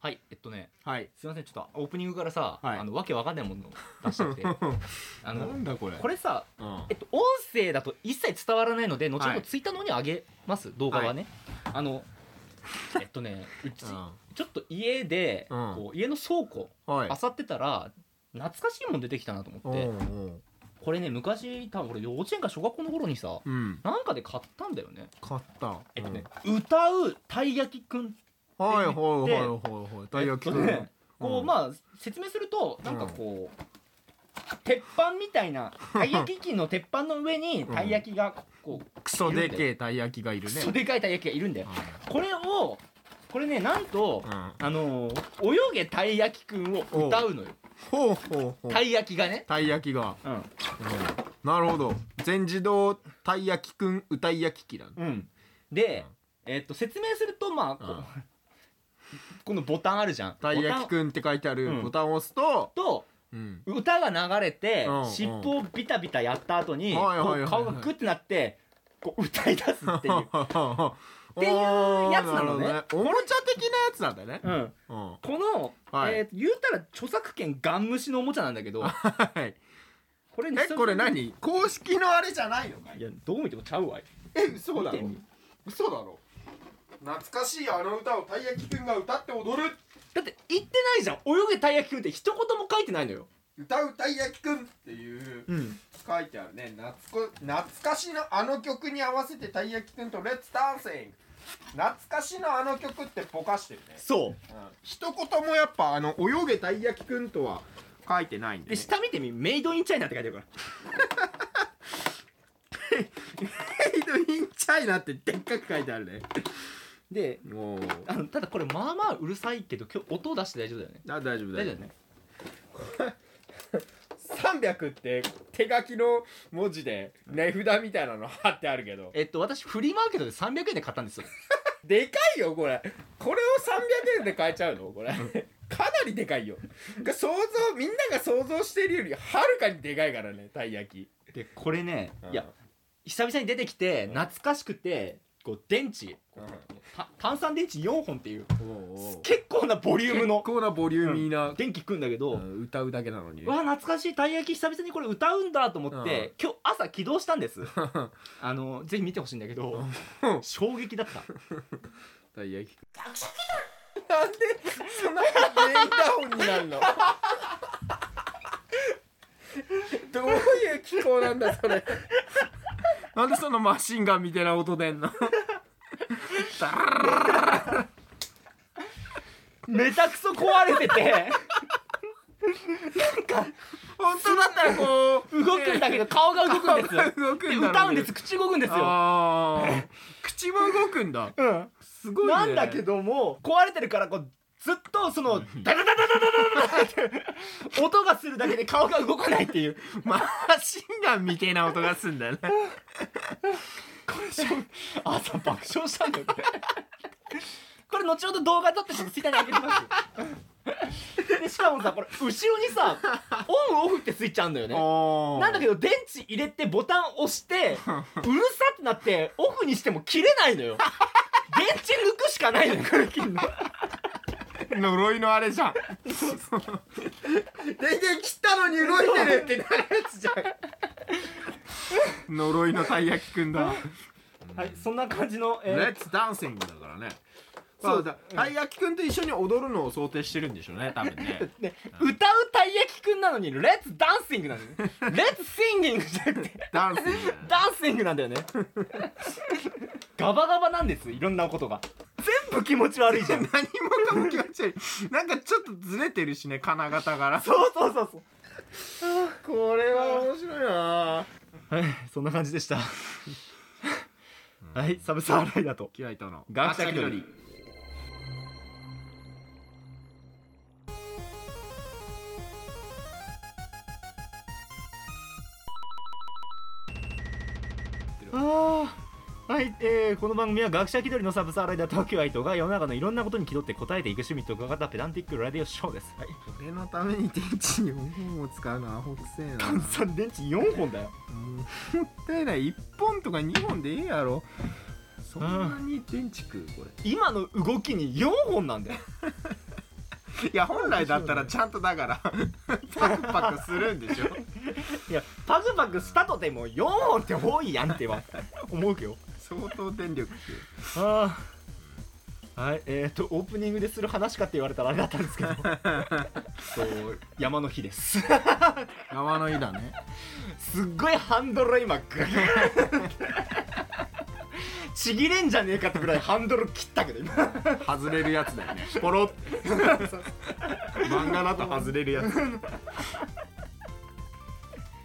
はいえっとねはい。すいませんちょっとオープニングからさ、はいあのわけわかんないものを出しちゃ ってあなのんだこれ。これ。れさうん。はえっと、音声だと一切伝わらないので後ほはどいツイッターの方に上げます、動画はね、あのえっとねうち、ちょっと家で、うんこう家の倉庫い。漁ってたら懐かしいもん出てきたなと思って、うんうんこれね昔多分俺幼稚園か小学校の頃にさうん。なんかで買ったんだよね買った。えっとねう、歌うたい焼きくんん。はいはいっはてい言ってはいはい。たい焼えっきくとんね。こう、んまあ説明するとなんかこう、鉄板みたいなたい焼き器の鉄板の上にたい焼きがこう、クソでけえたい焼きがいクるね。ソでかいたい焼きがいるんだよこれをこれねなんと、うんうんあのー泳げたい焼きくん」を歌うのよほうほうほう。たい焼きがね、たい焼きが。うんうんなるほど。全自動たい焼きくん歌い焼き器だね。うん、で、えっと説明するとまあこ,、うん このボタンあるじゃんたい焼きボタンくんって書いてあうるんボタンを押すと。とうん。歌が流れて、うん尻尾をビタビタやった後に、はいはいはいはいこう顔がグッてなってこう歌い出す っていう、いってうやつなのねおもちゃ的なやつなんだね。うん、うん。はこの、はいえー言うたら著作権ガン虫のおもちゃなんだけどい。これえこれ何公式のあれじゃないのかいいやどう見てもちゃうわえ嘘見てみ嘘だろ懐かしいあの歌をたい焼きくんが歌って踊るだって言ってないじゃん泳げたい焼きくんって一言も書いてないのよ、歌うたい焼きくんっていううん、書いてあるね懐こ懐かしのあの曲に合わせてたい焼きくんとレッツダンシング懐かしのあの曲ってぼかしてるね、そうん、一言もやっぱあの泳げたい焼きくんとは書いてないんうで、でね、下見てみメイドインチャイナって書いてあるからヘイドインチャイナってでっかく書いてあるねでもうあのただこれまあまあうるさいけど今日音を出して大丈夫だよねあ大丈夫大丈夫だよね300って手書きの文字で値札みたいなの貼ってあるけどえっと私フリーマーケットで300円で買ったんですよでかいよこれこれを300円で買えちゃうのこれかなりでかいよ想像みんなが想像してるよりはるかにでかいからねたい焼きでこれねうんいや久々に出てきて懐かしくてこう電池た炭酸電池4本っていう結構なボリュームの構なボリュな電気くんだけど、歌うだけなのにうわ懐かしいたい焼き久々にこれ歌うんだと思って、今日朝起動したんですあのぜひ見てほしいんだけどうん衝撃だったたい焼きなんでそんな全員ダウンになるの どういう気候なんだそれ なんでそのマシンガンみたいな音出んのめちゃくそ壊れてて 本当だったらこう動くんだけど顔が動くんです 動くでんだろうね歌うんです口動くんですよ、あー口も動くんだうんすごいねなんだけども壊れてるからこうずっとそのダダダダダダダダって音がするだけで顔が動かないっていうマシンガンみたいな音がすん だよねこれ朝爆笑したんだよこれこれ後ほど動画撮ってちょっとツイッターに上げてますでしかもさこれ後ろにさオンオフってスイッチあんだよねなんだけど電池入れてボタン押してうるさってなってオフにしても切れないのよ電池抜くしかないのよこれ切るの呪いのあれじゃん 電源切ったのに動いてるってなるやつじゃん呪いのたい焼きくんだ はいそんな感じの、レえーッツダンシングだからねそうだたい焼きくんと一緒に踊るのを想定してるんでしょう ね多分ねね、歌うたい焼きくんなのにレッツダンシングなのねレッツシンギングじゃなくてダンシングだねダンシングなんだよねガバガバなんですいろんなことが全部気持ち悪いじゃん何もかも気持ち悪いなんかちょっとずれてるしね金型からそうそうそうそうこれは面白いなはいそんな感じでしたはいサブサーライダーとキライトのガクタケドリあーはい、えーこの番組は学者気取りのサブサーライダー東京愛とが世の中のいろんなことに気取って答えていく趣味と伺ったペダンティックラディオショーです、はい、俺のために電池に4本を使うのはアホくせえな炭酸電池4本だようんもったいない1本とか2本でええやろそんなに電池食うこれ今の動きに4本なんだよいや本来だったらちゃんとだ からパクパクするんでしょいやパクパクしたとでも4本って多いやんっては思うけど相当電力ああはいえー、とオープニングでする話かって言われたらあれだったんですけ どそう山の日です 山の井だねすっごいハンドル今グーンってちぎれんじゃねえかってぐらいハンドル切ったけど今外れるやつだよねポロッ漫画だと外れるやつ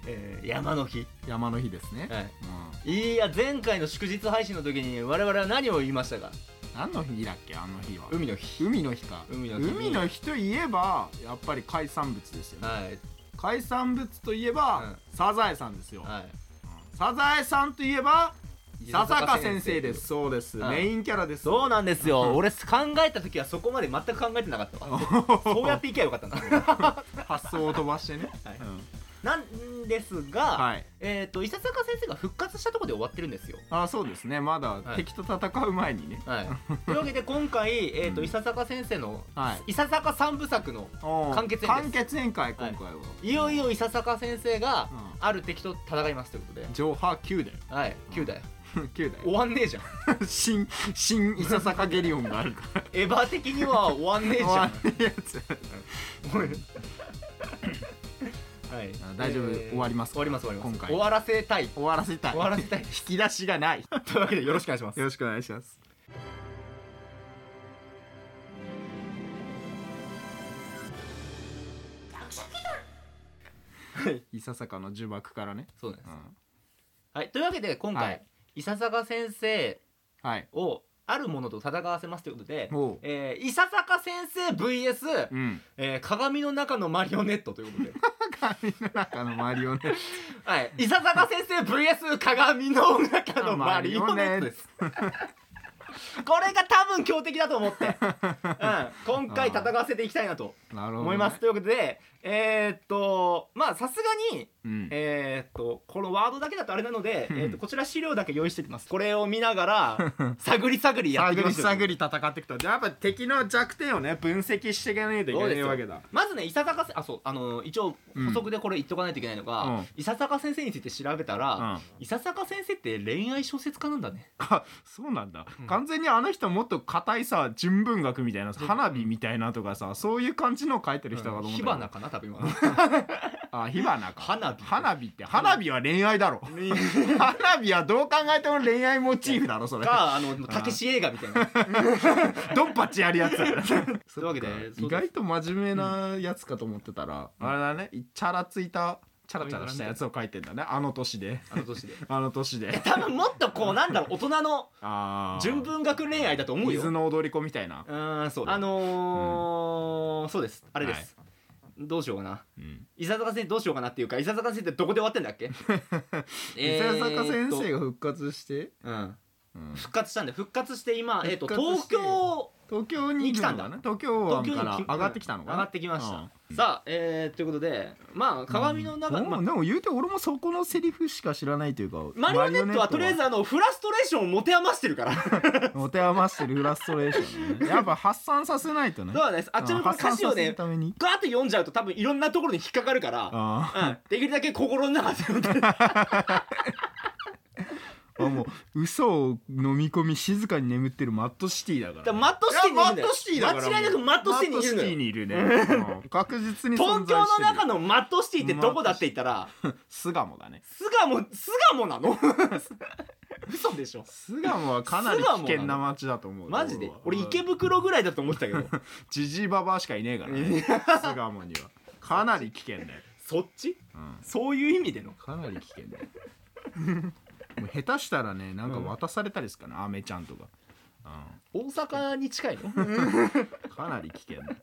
えー山の日山の日ですね、はいうんいや前回の祝日配信の時に我々は何を言いましたか何の日だっけあの日は海の日海の日か海の日海の日といえばやっぱり海産物ですよねはい海産物といえば、サザエさんですよ、はいサザエさんといえば伊笹坂香先先生生ですそうです、はいメインキャラですそうなんですよ うん俺考えた時はそこまで全く考えてなかった わそうやっていけばよかったな発想を飛ばしてね、はいうんなんですが、はいえっ、と伊佐坂先生が復活したところで終わってるんですよあそうですねまだはい敵と戦う前にね、 はい、というわけで今回、えーとうん伊佐坂先生の、はい伊佐坂三部作のおー完結編です完結宴会今回は、いよいよ伊佐坂先生がうんある敵と戦いますということで、上波9だよはい9代9だ終よわんねえじゃん 新新伊佐坂ゲリオンがあるかエヴァ的には終 わんねえじらゃん終わんねえやつ はいあ大丈夫終わりますか終わります終わります今回終わらせ たい終わらせたい終わらせたい引き出しがないよというわけで よろしくお願いしますろしくお願いします伊佐坂の呪縛からね、そうなんでうす、んはい、というわけで今回、はい伊佐坂先生はいをあるものと戦わせますということでおう、えー、伊佐坂先生 VS、 うんえー鏡の中のマリオネットということ で鏡の中のマリオネッはい伊佐坂先生 VS 鏡の中のマリオネットですこれが多分強敵だと思って、うん、今回戦わせていきたいなとトなるほど、ね、思います、ということでえー、っとまあさすがにうん、えー、っとこのワードだけだとあれなので、うんえー、っとこちら資料だけ用意してきますこれを見なが ら探り探りやっていきます探り探り戦っていくとやっぱ敵の弱点をね分析していかないといそけうなでいすよわけだまずね伊佐坂せあそうあの一応うん補足でこれ言っとかないといけないのが、うん伊佐坂先生について調べたら、うん伊佐坂先生って恋愛小説家なんだねあそうなんだ、うん完全にあの人もっと硬いさ純文学みたいなさうん花火みたいなとかさそういう感じのを書いてる人だと思っ火たけど花かな多分今あ火花 か花火花火って花火は恋愛だろ花火はどう考えても恋愛モチーフだろそれかあのたけし映画みたいなドンパチやるやつというわけで意外と真面目なやつかと思ってたら、あれだねチャラついたチャラチャラしたやつを書いてんだねあの年であの年であの年で多分もっとこうなんだろう大人のああ純文学恋愛だと思うよ水の踊り子みたいなう、ーんそうあのーそうですあれです、どうしようかなうん、伊佐坂先生どうしようかなっていうか伊佐坂先生どこで終わってんだっけ 伊えーっ佐と坂先生が復活して、うんうん復活したんで復活して今、えー、と復活東して京東京に行くのかな東京湾から上がってきたのか上ながってきました、うんさあ、えー、ということでまあ鏡の中、うんまあでも言うて俺もそこのセリフしか知らないというかマリオネットはとりあえずあのフラストレーションを持て余してるから持て余してるフラストレーション ねやっぱ発散させないとねそうですあっちのこの発散歌詞をさせねるためにガーッと読んじゃうと多分いろんなところに引っかかるから、あ うん、できるだけ心の中で読んであもう嘘を飲み込み静かに眠ってるマットシティだからねマットシティにいるんだよいやマットシティだからもう間違いなくマットシティにいるんだよにいるねうん確実に東存在してる京の中のマットシティってどこだって言ったら巣鴨だね巣鴨巣鴨なの嘘でしょ巣鴨はかなり危険な街だと思うマジで俺は池袋ぐらいだと思ってたけど ジジイババアしかいねえからね巣鴨にはかなり危険だよ、そっちうん、そういう意味でのかなり危険 だよもう下手したらねなんか渡されたりですかね、アメちゃんとか、大阪に近いのうん、かなり危 険だよ、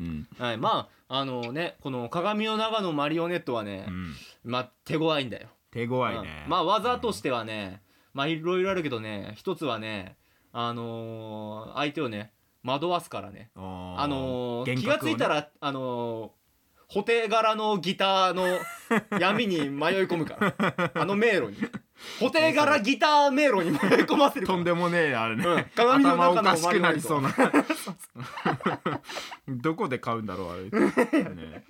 うんはいまああのねこの鏡の中のマリオネットはねう、ん、まあ手強いんだよ、手強いね、うんまあ技としてはねまあいろいろあるけどね一つはねあのー相手をね惑わすからねああのー幻気が覚をつねいたらあのー、補定柄のギター の闇に迷い込むからあの迷路に補定柄ギター迷路に迷い込ませるかとらんでもねえあれね、うん鏡の中の頭おかしくなりそうな どこで買うんだろうあれ、ね、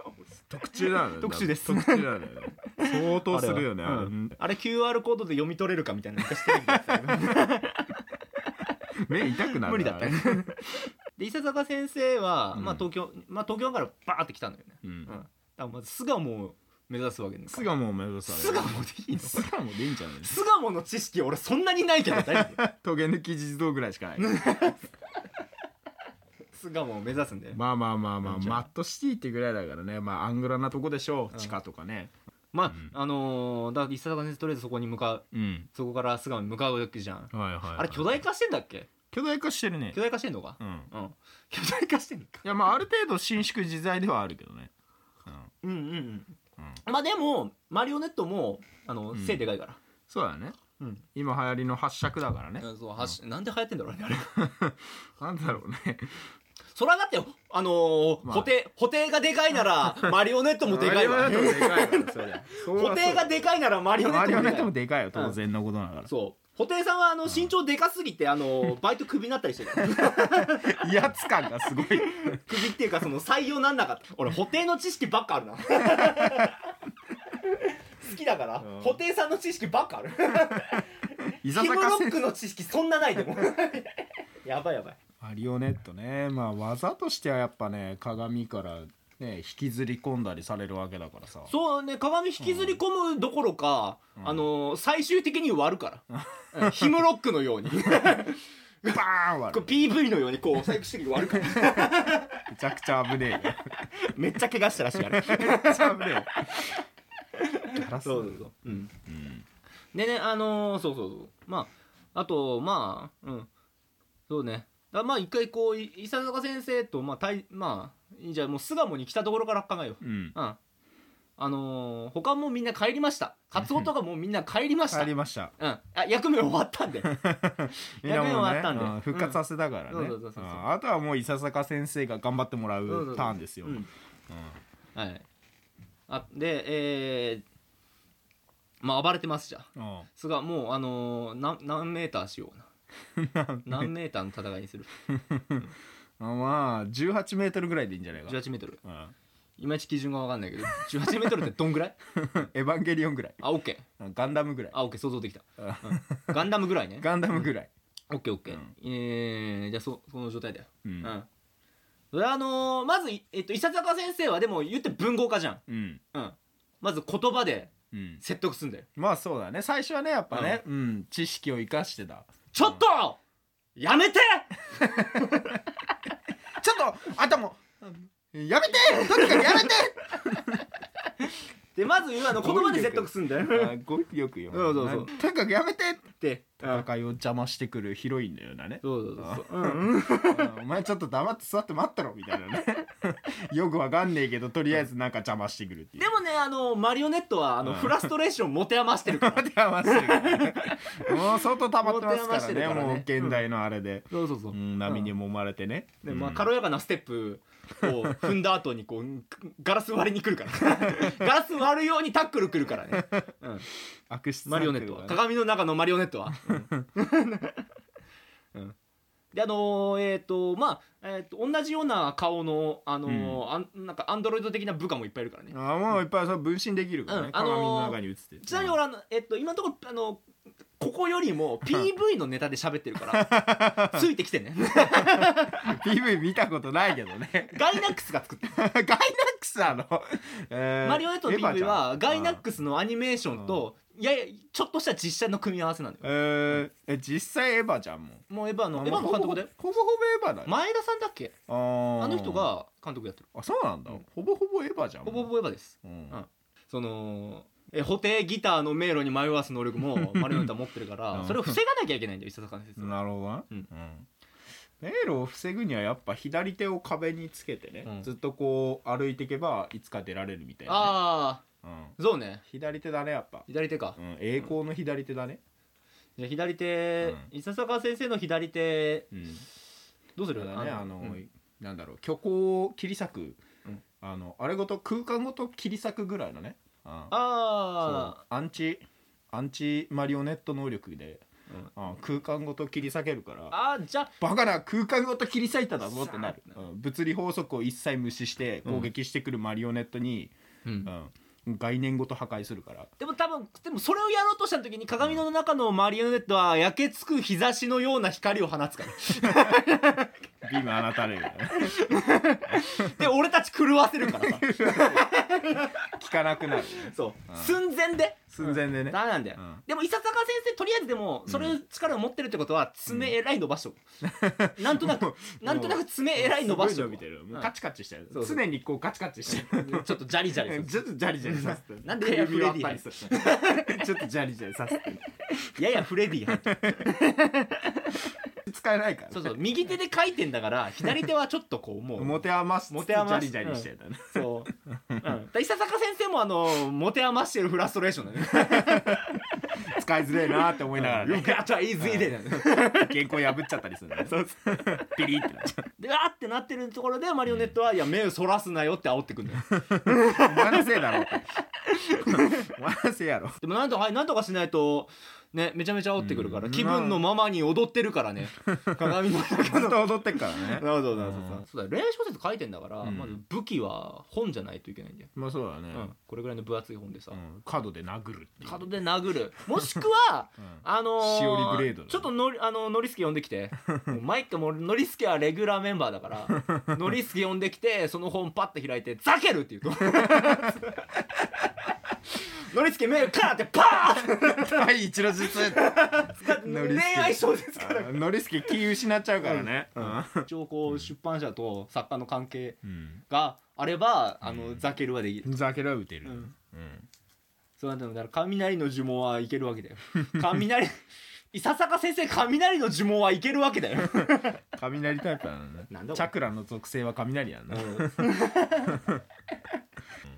特注なのよ特注です特注なのよ相当するよねあれは あれうんあれ QR コードで読み取れるかみたいな昔テレビでやってたよね目痛くなるな無理だったあねれで伊佐坂先生は、うんまあ、東京、まあ、東京からバーって来たんだよね、ううんんだからまず巣鴨を目指すわけです巣鴨を目指す巣わ鴨よでいいの巣鴨でいいんじゃない巣鴨の知識俺そんなにないけど大丈 夫棘抜き地蔵ぐらいし かない巣鴨を目指すんで、ままあまあいまあまあいんじゃないマットシティってぐらいだからねまあアングラなとこでしょううん地下とかねあ、うんあのーだから伊佐坂先生とりあえずそこに向かううんそこから巣鴨に向かうわけじゃんはいはいあれ巨大化してんだっけ巨大化してるね巨大化してんのかうんうん巨大化してんのかいやまあある程度伸縮自在ではあるけどねううんんうんうんうんまあでもマリオネットもあの、うん背でかいからそうだねうん今流行りの発射だからねそうはしなんで流行ってんだろうねあれなんだろうねそらだってあのーまあ補定補定がでかいな らマリオネットもでかいわマリオネットもでかいからそりゃそう補はそう定がでかいならマリオネマリオッネットトももでかでかいよ当然のことながいそう補定さんはあの身長でかすぎてあの ーバイトクビになったりしてるら威圧感がす ごいクビっていうかその採用なんなかった俺補定の知識ばっか あるな好きだからうん補定さんの知識ばっかある伊キムロックの知識そんなない でもやばいやばいマリオネットねまあ技としてはやっぱね鏡からね引きずり込んだりされるわけだからさそうね鏡引きずり込むどころか、うんあのー最終的に割る から、うんヒムロックのようにこバーン割うる PV のようにこう最終的に割る からめちゃくちゃ危ねえよめっちゃ怪我したらしいあれめっちゃ危ねえよガラスそうそうそう、うん、うんでねあのーそうそうそうまああとまあうんそうねだまあ一回こうい伊佐坂先生とまあ対まあじゃあもう巣鴨に来たところから考えよううんうんあのー他もみんな帰りましたカツオとかもみんな帰りました帰りましたうん、あ役目終わったんでみんな役もう目終わねったんでうん復活させたからねうんそうそうそうそううんあとはもう伊佐坂先生が頑張ってもらうターンですようんうんはいあでえー、まあ暴れてますじゃあうんすがもうあのー、な何メーターしような 何メーターの戦いにするまあ18メートルぐらいでいいんじゃないか1 8メートルうん いまいち基準が分かんないけど1 8メートルってどんぐら いエヴァンゲリオンぐらいあオッケーうんガンダムぐらいあオッケー想像できた、うんうん、ガンダムぐらいねガンダムぐらいオッケーオッケー、うんえー、じゃあそその状態だよううん、んそれはあのー、まずい、えっと、伊佐坂先生はでも言って文豪家じゃんうんうんまず言葉でうん説得すんだよまあそうだね最初はねやっぱね、うん知識を生かしてたちょっと、やめてちょっと頭やめてとにかくやめてでまず言うあの言葉で説得すんだよ あ語彙力よそうそうそうとにかくやめてってうん戦いを邪魔してくるヒロインだよなね、そうそうそうそううんうんうんお前ちょっと黙って座って待ったろみたいなね よくわかんねえけどとりあえずなんか邪魔してくるっていうでもねあのマリオネットはあの、うんフラストレーション持て余してるから手合わせてるからね もう相当溜まってま持すからて余してねるからねもう現代のあれで、、そうそうそううん波に揉まれてね、でまあうん軽やかなステップを踏んだ後にこう ガラス割りに来るから ガラス割るようにタックル来るからね、うん、悪質マリオネットは鏡の中のマリオネットは、うんうんであのーえっ、とまあ、えー、と同じような顔のあのーあんなんかアンドロイド的な部下もいっぱいいるからねあもういっぱいその分身できるからね、うんあのー鏡の中に映ってるちなみ に俺あの、えっと、今のところあのここよりも PV のネタで喋ってる からついてきてね PV 見たことないけどね ガイナックスが作ってるガイナックスなの、えーマリオネットのエヴァ PV ちゃんはガイナックスのアニメーションといやいやちょっとした実写の組み合わせなんだようんえーえ実際エヴァちゃんももうエヴァのエヴァまあの監督だよほぼほぼエヴァだよ、前田さんだっけあーあの人が監督やってるあそうなんだ、うんほぼほぼエヴァじゃんほぼほぼエヴァですぼ、うんうんそのえ補定ギターの迷路に迷わす能力もマリオネットは持ってるからうんそれを防がなきゃいけないんだよ伊佐坂先生はなるほどな、うん迷路を防ぐにはやっぱ左手を壁につけてね、うんずっとこう歩いていけばいつか出られるみたいなね、あうんあそうね左手だねやっぱ、左手かうん、栄光の左手だね、じゃあ左手、うん伊佐坂先生の左手うんどうすそるれだねあの、うんなんだろう虚構を切り裂く、うんあのあれごと空間ごと切り裂くぐらいのね、うんそうあアンチアンチマリオネット能力であうん空間ごと切り裂けるからあーじゃあバカな空間ごと切り裂いただぞってなるさ、うん物理法則を一切無視して攻撃してくるマリオネットに、うん概念ごと破壊するからでも多分でもそれをやろうとした時に鏡の中のマリオネットは焼けつく日差しのような光を放つから ビーム放たれる からねで俺たち狂わせるから さ効かなくなるそう寸前で寸前でねダメなんだよ、うんでも伊佐坂先生とりあえずでもそれ力を持ってるってことは爪えらい伸ばしとこう、なんとな くなんとなく爪えらい伸ばしすとごこい伸うびてるもうはいカチカチしてるそうそう常にこうカチカチしてるちょっとジャリジャリ するちょっとジャリジャリさせてなんでややフレディ入っりする ちょっとジャリジャリさせてややフレディ入って使えないからねそうそう右手で書いてんだから左手はちょっとこうもう持て余す持て余すジャリジャリしてるんだねそう、 うん、だから伊佐坂先生もあの持て余してるフラストレーション だね使いづれえなって思いなが「ら You ね got it easy day」だね原稿破っちゃったりするんだねピリってなっちゃでわーってなってるところでマリオネットは「いや目をそらすなよ」って煽ってくんだよ うお前のせいだろってお前のせいやろでもなんとかはいなんとかしないとねめちゃめちゃ煽ってくるから、うん気分のままに踊ってるからね鏡の中ずっのと踊ってっからねなるほどなるほうどそうだ霊小説書いてんだから、うんまず武器は本じゃないといけないんだよ、まあそうだねうん、これぐらいの分厚い本でさ、うん角で殴るっていう角で殴るもしくはうんあのー、しおりブレードだねちょっとのりあのノリスケ呼んでき てもう毎回もうノリスケはレギュラーメンバーだからノリスケ呼んできてその本パッと開いて「ざける!」って言う とノリスケ目をカーってパーンはい一路ずつノリ恋スケ愛小説からノリスケ気失っちゃうからねうん一応こう出版社と作家の関係うんがあればあのざけるはできる、ザケラ打てるうんうんそうなんだよだから雷の呪文はいけるわけだよ雷伊佐坂先生雷の呪文はいけるわけだよ雷タイプなのねなんだチャクラの属性は雷やんな、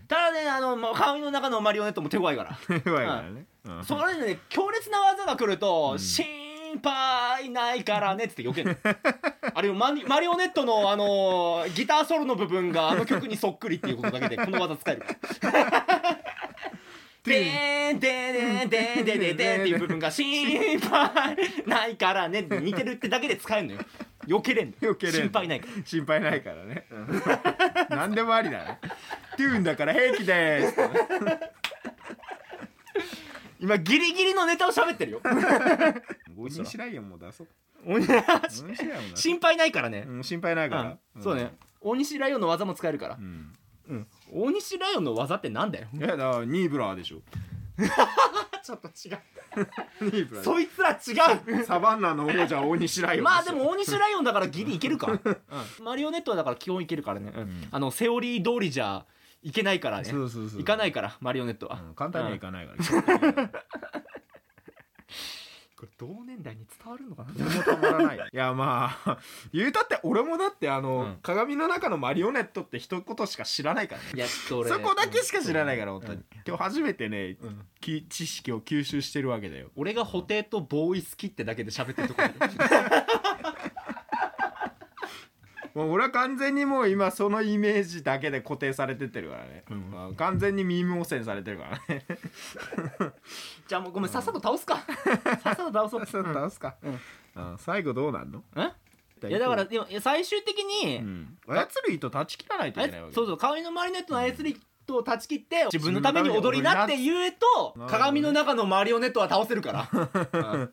ただねあのま髪の中のマリオネットも手強いから弱いからね、うんそれでね強烈な技が来ると、心配ないからねっつって避けんのあれよマリマリオネットの、あのーギターソロの部分があの曲にそっくりっていうことだけでこの技使えるでーんでーんでーんでーんでーんでーんでーんっていう部分が心配ないからねって似てるってだけで使えるのよ避けれんの避けれんの心配ないから心配ないか らね、何でもありだねトゥーンだから平 気です今ギリギリのネタを喋ってるよ五人しないよもう出そう五人しないも ん心配ないからね、うん、心配ないから、うんそうね大西ライオンの技も使えるからう、ん大西ライオンの技ってなんだよいやだからニーブラーでしょ ちょっと違う ニーブラーそいつら違サバンナの王者大西ライオうンまあでも大西ライオンだからギリいける か、マリオネットはだから基本いけるからね、んあのセオリー通りじゃいけないからねそうそうそう、いかないいからマリオネットは、うん、簡単にはいかないから、これ同年代に伝わるの かな止まらないいやまあ言うたって俺もだってあの、うん鏡の中のマリオネットって一言しか知らないからねいやちょっと俺そこだけしか知らないからうん本当に、今日初めてね、んき知識を吸収してるわけだよ俺が布袋とボーイ好きってだけで喋ってると こもう俺は完全にもう今そのイメージだけで固定されてってるからね、まあ完全にミーム汚染されてるからねじゃあもうごめんさっさと倒すかさっさと倒そう そう倒すか、うん最後どうなんのうん いやだからでもいや最終的に、うん操る糸断ち切らないといけないわけそうそう鏡のマリネットの操りとを断ち切って自分のために踊りなって言うとな鏡の中のマリオネットは倒せる から、うん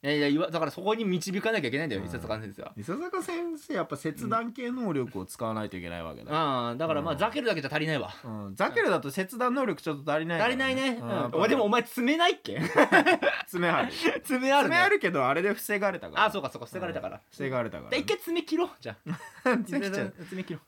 いやいやいわだからそこに導かなきゃいけないんだようん伊佐坂先生は。伊佐坂先生やっぱ切断系能力を使わないといけないわけだ、ああだからまあうんザケルだけじゃ足りないわ。うん、ザケルだと切断能力ちょっと足りないか足らりないね。うんやっぱうん、でもお前爪ないっけ？ 爪ある爪ある、ね。爪あるけどあれで防がれたからあそうかそうか防がれたから。防がれたから、で一回爪切ろうじゃ あ。爪切っちゃう爪切ろ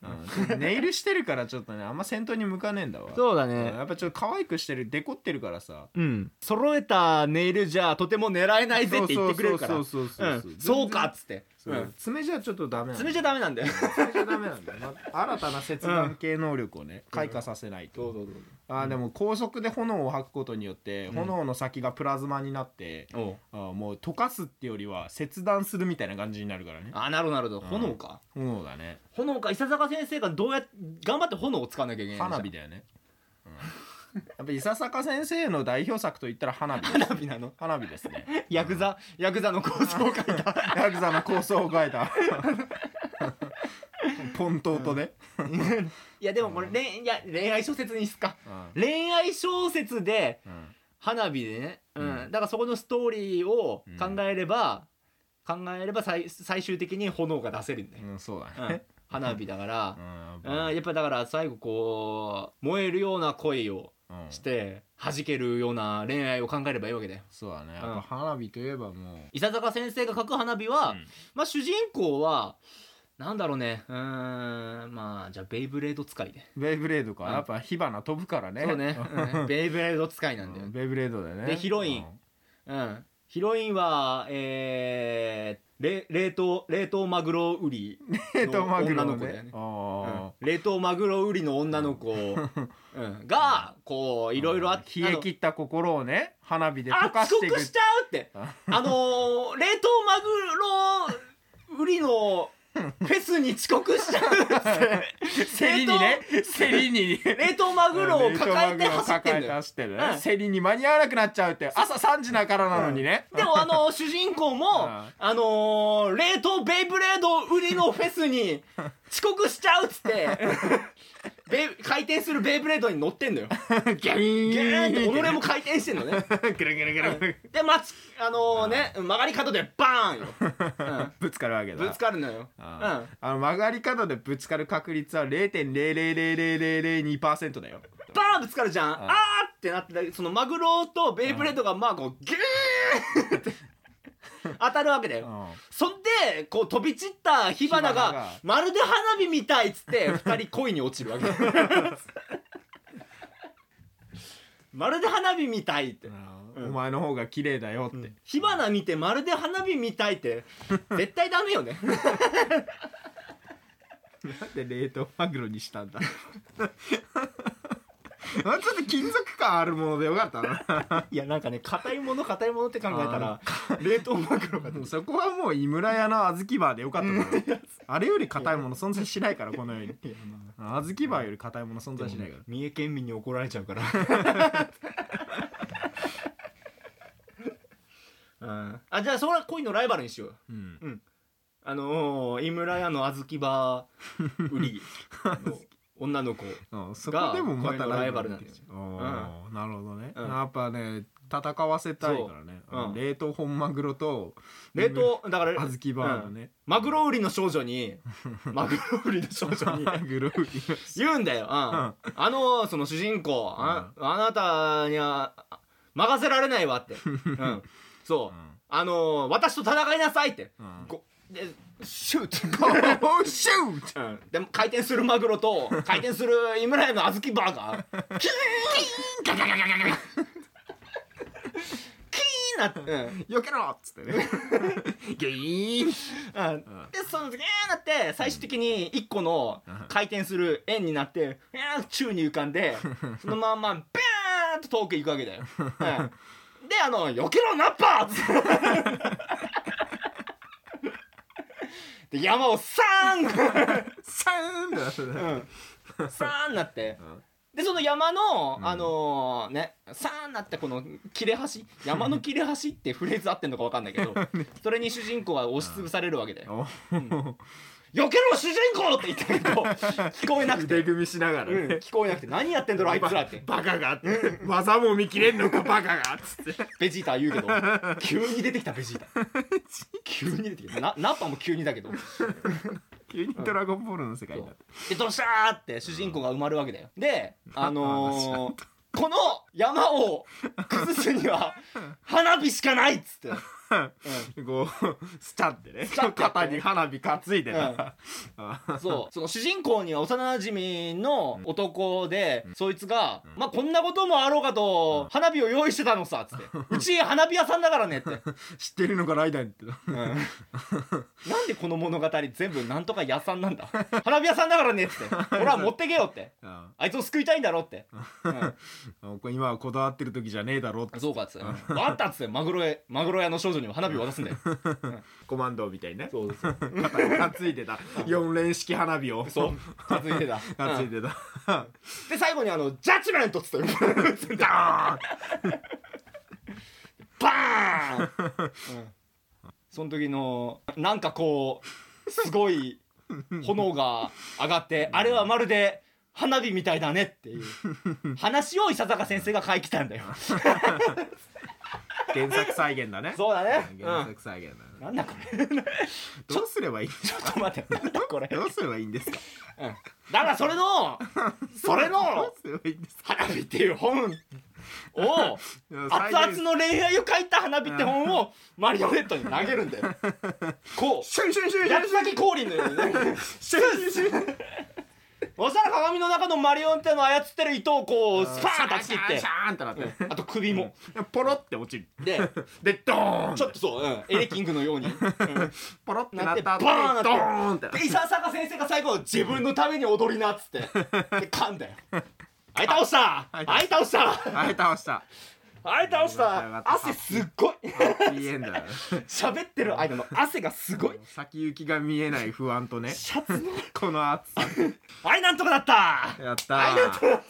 う。うんネイルしてるからちょっとねあんま先頭に向かねえんだわそうだうんね。やっぱちょっと可愛くしてるデコってるからさうん。揃えたネイルじゃとても狙えないぜって言ってくれるから。そううんそうそうそうそうかっつって。そううん爪じゃちょっとダメなんだ爪じゃダメなんだよ。爪じゃダメなんだよ、まあ 新たな切断系能力をね、開花させないと、うぞあーでも高速で炎を吐くことによってん炎の先がプラズマになって、どうぞ。あーもう溶かすってよりは切断するみたいな感じになるからねあなるほどなるほどうん炎か、炎だね炎か伊佐坂先生がどうやっ頑張って炎を使わなきゃいけないんだ花火だよね、やっぱ伊佐坂先生の代表作といったら花火 花花火なの花火ですねヤクザヤクザの構想を書いたヤクザの構想を書い たポントとね、 いやでもこれ恋いや恋愛小説にすっかうん恋愛小説でうん花火でね、うんうんだからそこのストーリーを考えれば、考えれば最最終的に炎が出せるね、うんそううだんね、花火だからう、んうんやっぱだから最後こう燃えるような恋をうんして弾けるような恋愛を考えればいいわけだよそうだねやっうんぱ花火といえばもう伊佐坂先生が描く花火は、うんまあ主人公はなんだろうねうーんまあじゃあベイブレード使いで、ベイブレードかうんやっぱ火花飛ぶからねそうね、うん ベイブレード使いうなんんだよ、ベイブレードだよねでヒロインうん、ヒロインは、えー、れ冷凍冷凍マグロ売りヘトマグロ女の子だよねねあうん冷凍マグロ売りの女の 子、うん、がこうーいろいろあっ冷え切った心をね花火であ溶のあか遅していく刻しちゃうってああのー冷凍マグロ売りのフェスに遅刻しちゃうって競りにね競りに冷凍マグロを抱えて冷凍マグロ走ってんだよを抱えて走ってるうんね競りに間に合わなくなっちゃうって朝3時だからなのにねでもあのー主人公もうんあのー冷凍ベイブレード売りのフェスに遅刻しちゃうっつってベイ回転するベイブレードに乗ってんのよギャーンゲーンって俺己も回転してんのね ぐるぐるぐるぐるでまつあのね曲がり角でバーンよ、 ぶつかるわけうだんぶつかるのよあーあの曲がり角でぶつかる確率は0.0000002%だよバーンぶつかるじゃんあーってなってそのマグロとベイブレードがまあこうギュ ーンって当たるわけだよそんでこう飛び散った火花火が花がまるで花火みたいっつ って二人恋に落ちるわ けまるで花火みたいってうんお前の方が綺麗だよって火花見てまるで花火みたいって絶対ダメよねなんで冷凍マグロにしたんだ あちょっと金属感あるものでよかった な いやなんかね硬いもの硬いものって考えたら冷凍マグロが出てくるそこはもう井村屋の小豆バーでよかったからあれより硬いもの存在しないからこの世に小豆バーより硬いもの存在しないから三重県民に怒られちゃう から、うん、あじゃあそれは恋のライバルにしよううんあのー、井村屋の小豆バー売りの女 の子うんそこでもまたよラなるほどね、うんやっぱね戦わせたいからね、そううん冷凍本マグロと冷凍だから小豆バーのね、マグロ売りの少女に マグロ売りの少女 にマグロ売りの言うんだよ、うん、あのー、その主人公あ,、あなたにはあ任せられないわって、うん、そう、あのー、私と戦いなさいってうん こでシューゴーシュート、うん、でも回転するマグロと回転する井村屋の小豆バーガーキーンガガガガガガガキーンなって、うんよけろっつってねギーうンん、でその時キーンなって最終的に一個の回転する円になってうん宙に浮かんでそのまんまビャーンと遠くへ行くわけだよ、うん、であの「よけろナッパー!」っつって で山をサーンサーンってなってねうん、さーんなってんでその山の、んあのーねさーんなってこの切れ端山の切れ端ってフレーズ合ってんのか分かんない けどそれに主人公は押しつぶされるわけで「およけろ主人公!」って言ったけど聞こえなくて、腕組みしながらうんね、聞こえなくて何やってんだろうあいつらってバカがって技も見切れんのかバカがっつってベジータ言うけど急に出てき たベジータ急に出てきたなナッパも急にだけど急にドラゴンボールの世界になってでドシャーって主人公が埋まるわけだよで あのーこの山を崩すには花火しかないっつ って、こうスチャンってねスチャンってやってね肩に花火担いでな、うんそうその主人公には幼馴染の男で、そいつが、まあこんなこともあろうかと花火を用意してたのさっつ ってうち花火屋さんだからねって、知ってるのかライダーにってなんでこの物語全部なんとか屋さんなんだ花火屋さんだからねっ つって俺は持ってけよってうんあいつを救いたいんだろって、うんあこれ今はこだわってる時じゃねえだろってそうかっつって。あったっつって、マグロ屋、マグロ屋の少女にも花火を渡すん だよコマンドみたいにねそうそう肩担いでた4連式花火をそう担いでた担ういんでたで最後にあのジャッジメントっつってダバーン、その時のなんかこうすごい炎が上がってあれはまるで花火みたいだねっていう話を伊佐坂先生が書いてたんだよーン原作再現だねそうだね、う原ん、作再現だねなんだこれ ちどうすればいいょっと待ってなんだこれ、うん、どうすればいいんですかだからそれのそれどうのすればいいんですか花火っていう本を熱再々現の恋愛を書いた花火って本をマリオネットに投げるんだ よこシュンシュンシュンうシュン八つ咲き降臨のようにね シュンシュンシュンそしたら鏡の中のマリオンってのを操ってる糸をこうスパーンと突き切っシてャーンってなってあと首もポロって落ちるででドーンちょっとそう、うん、エレキングの ように、うんポロってなった後なってドバーンってなで伊佐坂先生が最後自分のために踊りなっつってで噛んだ よあい倒したあい倒したはい倒したあい倒しよかったよかったた汗すっ ごいいいエンドだね喋ってる間の汗がすごい先行きが見えない不安とねシャツのこの暑さあいなんとかだったやったー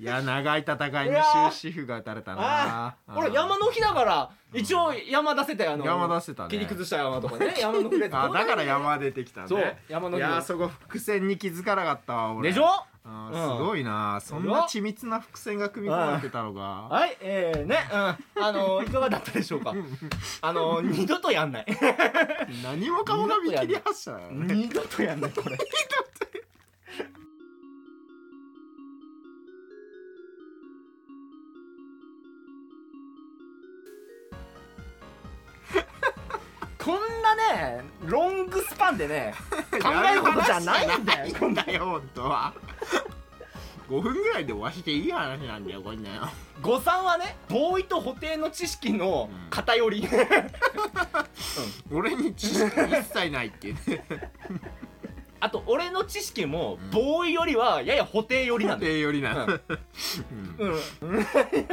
いや長い戦いにいやー終止符が打たれたなあーあ俺山の日だから一応山出せたよあの山出せたね切り崩した山とか ね山の日だあだから山出てきたねそう山のい日やーそこ伏線に気づかなかったわ俺でしょあうーんすごいなーそんな緻密な伏線が組み込まれてたのがはい、えー、ね、うん、あのいかがだったでしょう か。あの二度とやんない。何もかもが見切り発車だよね二度とやんない、これ。こんなね、ロングスパンでね、考えることじゃないんだよ。こんなよ本当は5分ぐらいで終わしていい話なんだよこんなよ誤算はね、ボーイと補填の知識の偏り。俺に知識一切ないっていうねあと、俺の知識も、ボーイよりは、やや補填寄りなんだよ。偏りな、ううんうん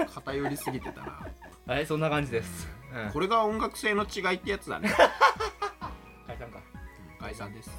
偏りすぎてたなはい、そんな感じです。うん これが音楽性の違いってやつだ ね解散か。解散です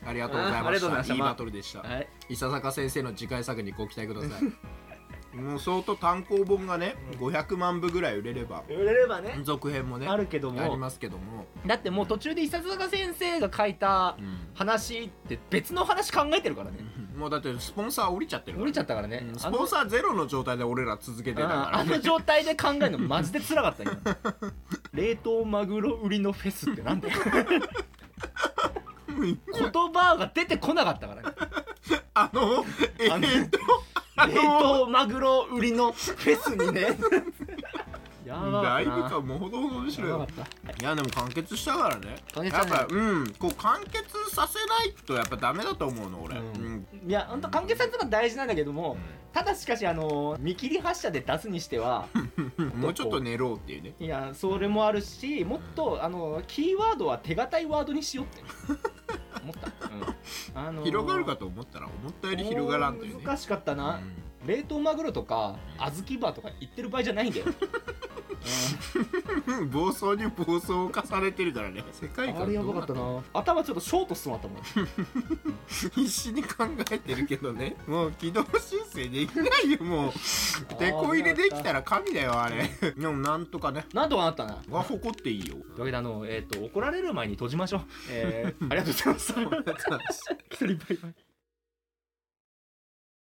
はい ありがとうございああまりがとうございしましたたいいバトルでしたはい。伊佐坂先生の次回作にご期待くださ いもう相当単行本がね500万部ぐらい売れれば売れればね、続編もねあるけどありも、ますけども、だってもう途中で伊佐坂先生が書いたうん話って別の話考えてるからね。もうだってスポンサー降りちゃってるか折れらちゃったからねう。んスあポのンサーゼロの状態で俺ら続けてたああから の状態で考えるのマジで辛かった今冷凍マグロ売りのフェスってなんだ よ言葉が出てこなかったからねあの えあのーっと冷凍マグロ売りのフェスに ねやばかだっいたぶなかもうほどほどにしろやばよかったいやでも完結したからね完結だやっねぱうんこう完結させないとやっぱダメだと思うの俺、ううんんいや本当関係性とか大事なんだけども、うただしかしあの見切り発車で出すにしては もうちょっと寝ろうっていうねいやそれもあるしもっとあのキーワードは手堅いワードにしようって思った、うんあのー広がるかと思ったら思ったより広がらんというね難しかったな、冷凍マグロとか小豆バーとか言ってる場合じゃないんだよ、うん、 暴走に暴走を重ねてるからね世界うん、あ観れやどばかっうなったたのな頭ちょっとショートしてもらったもん必死に考えてるけどねもう軌道修正できないよもう デコ入れできたら神だよあれでもなんとかねなんとかなったなは誇ってい いとよいうわけであ の、えー、と怒られる前に閉じましょう、えー、ありがとうございました一人バイバイ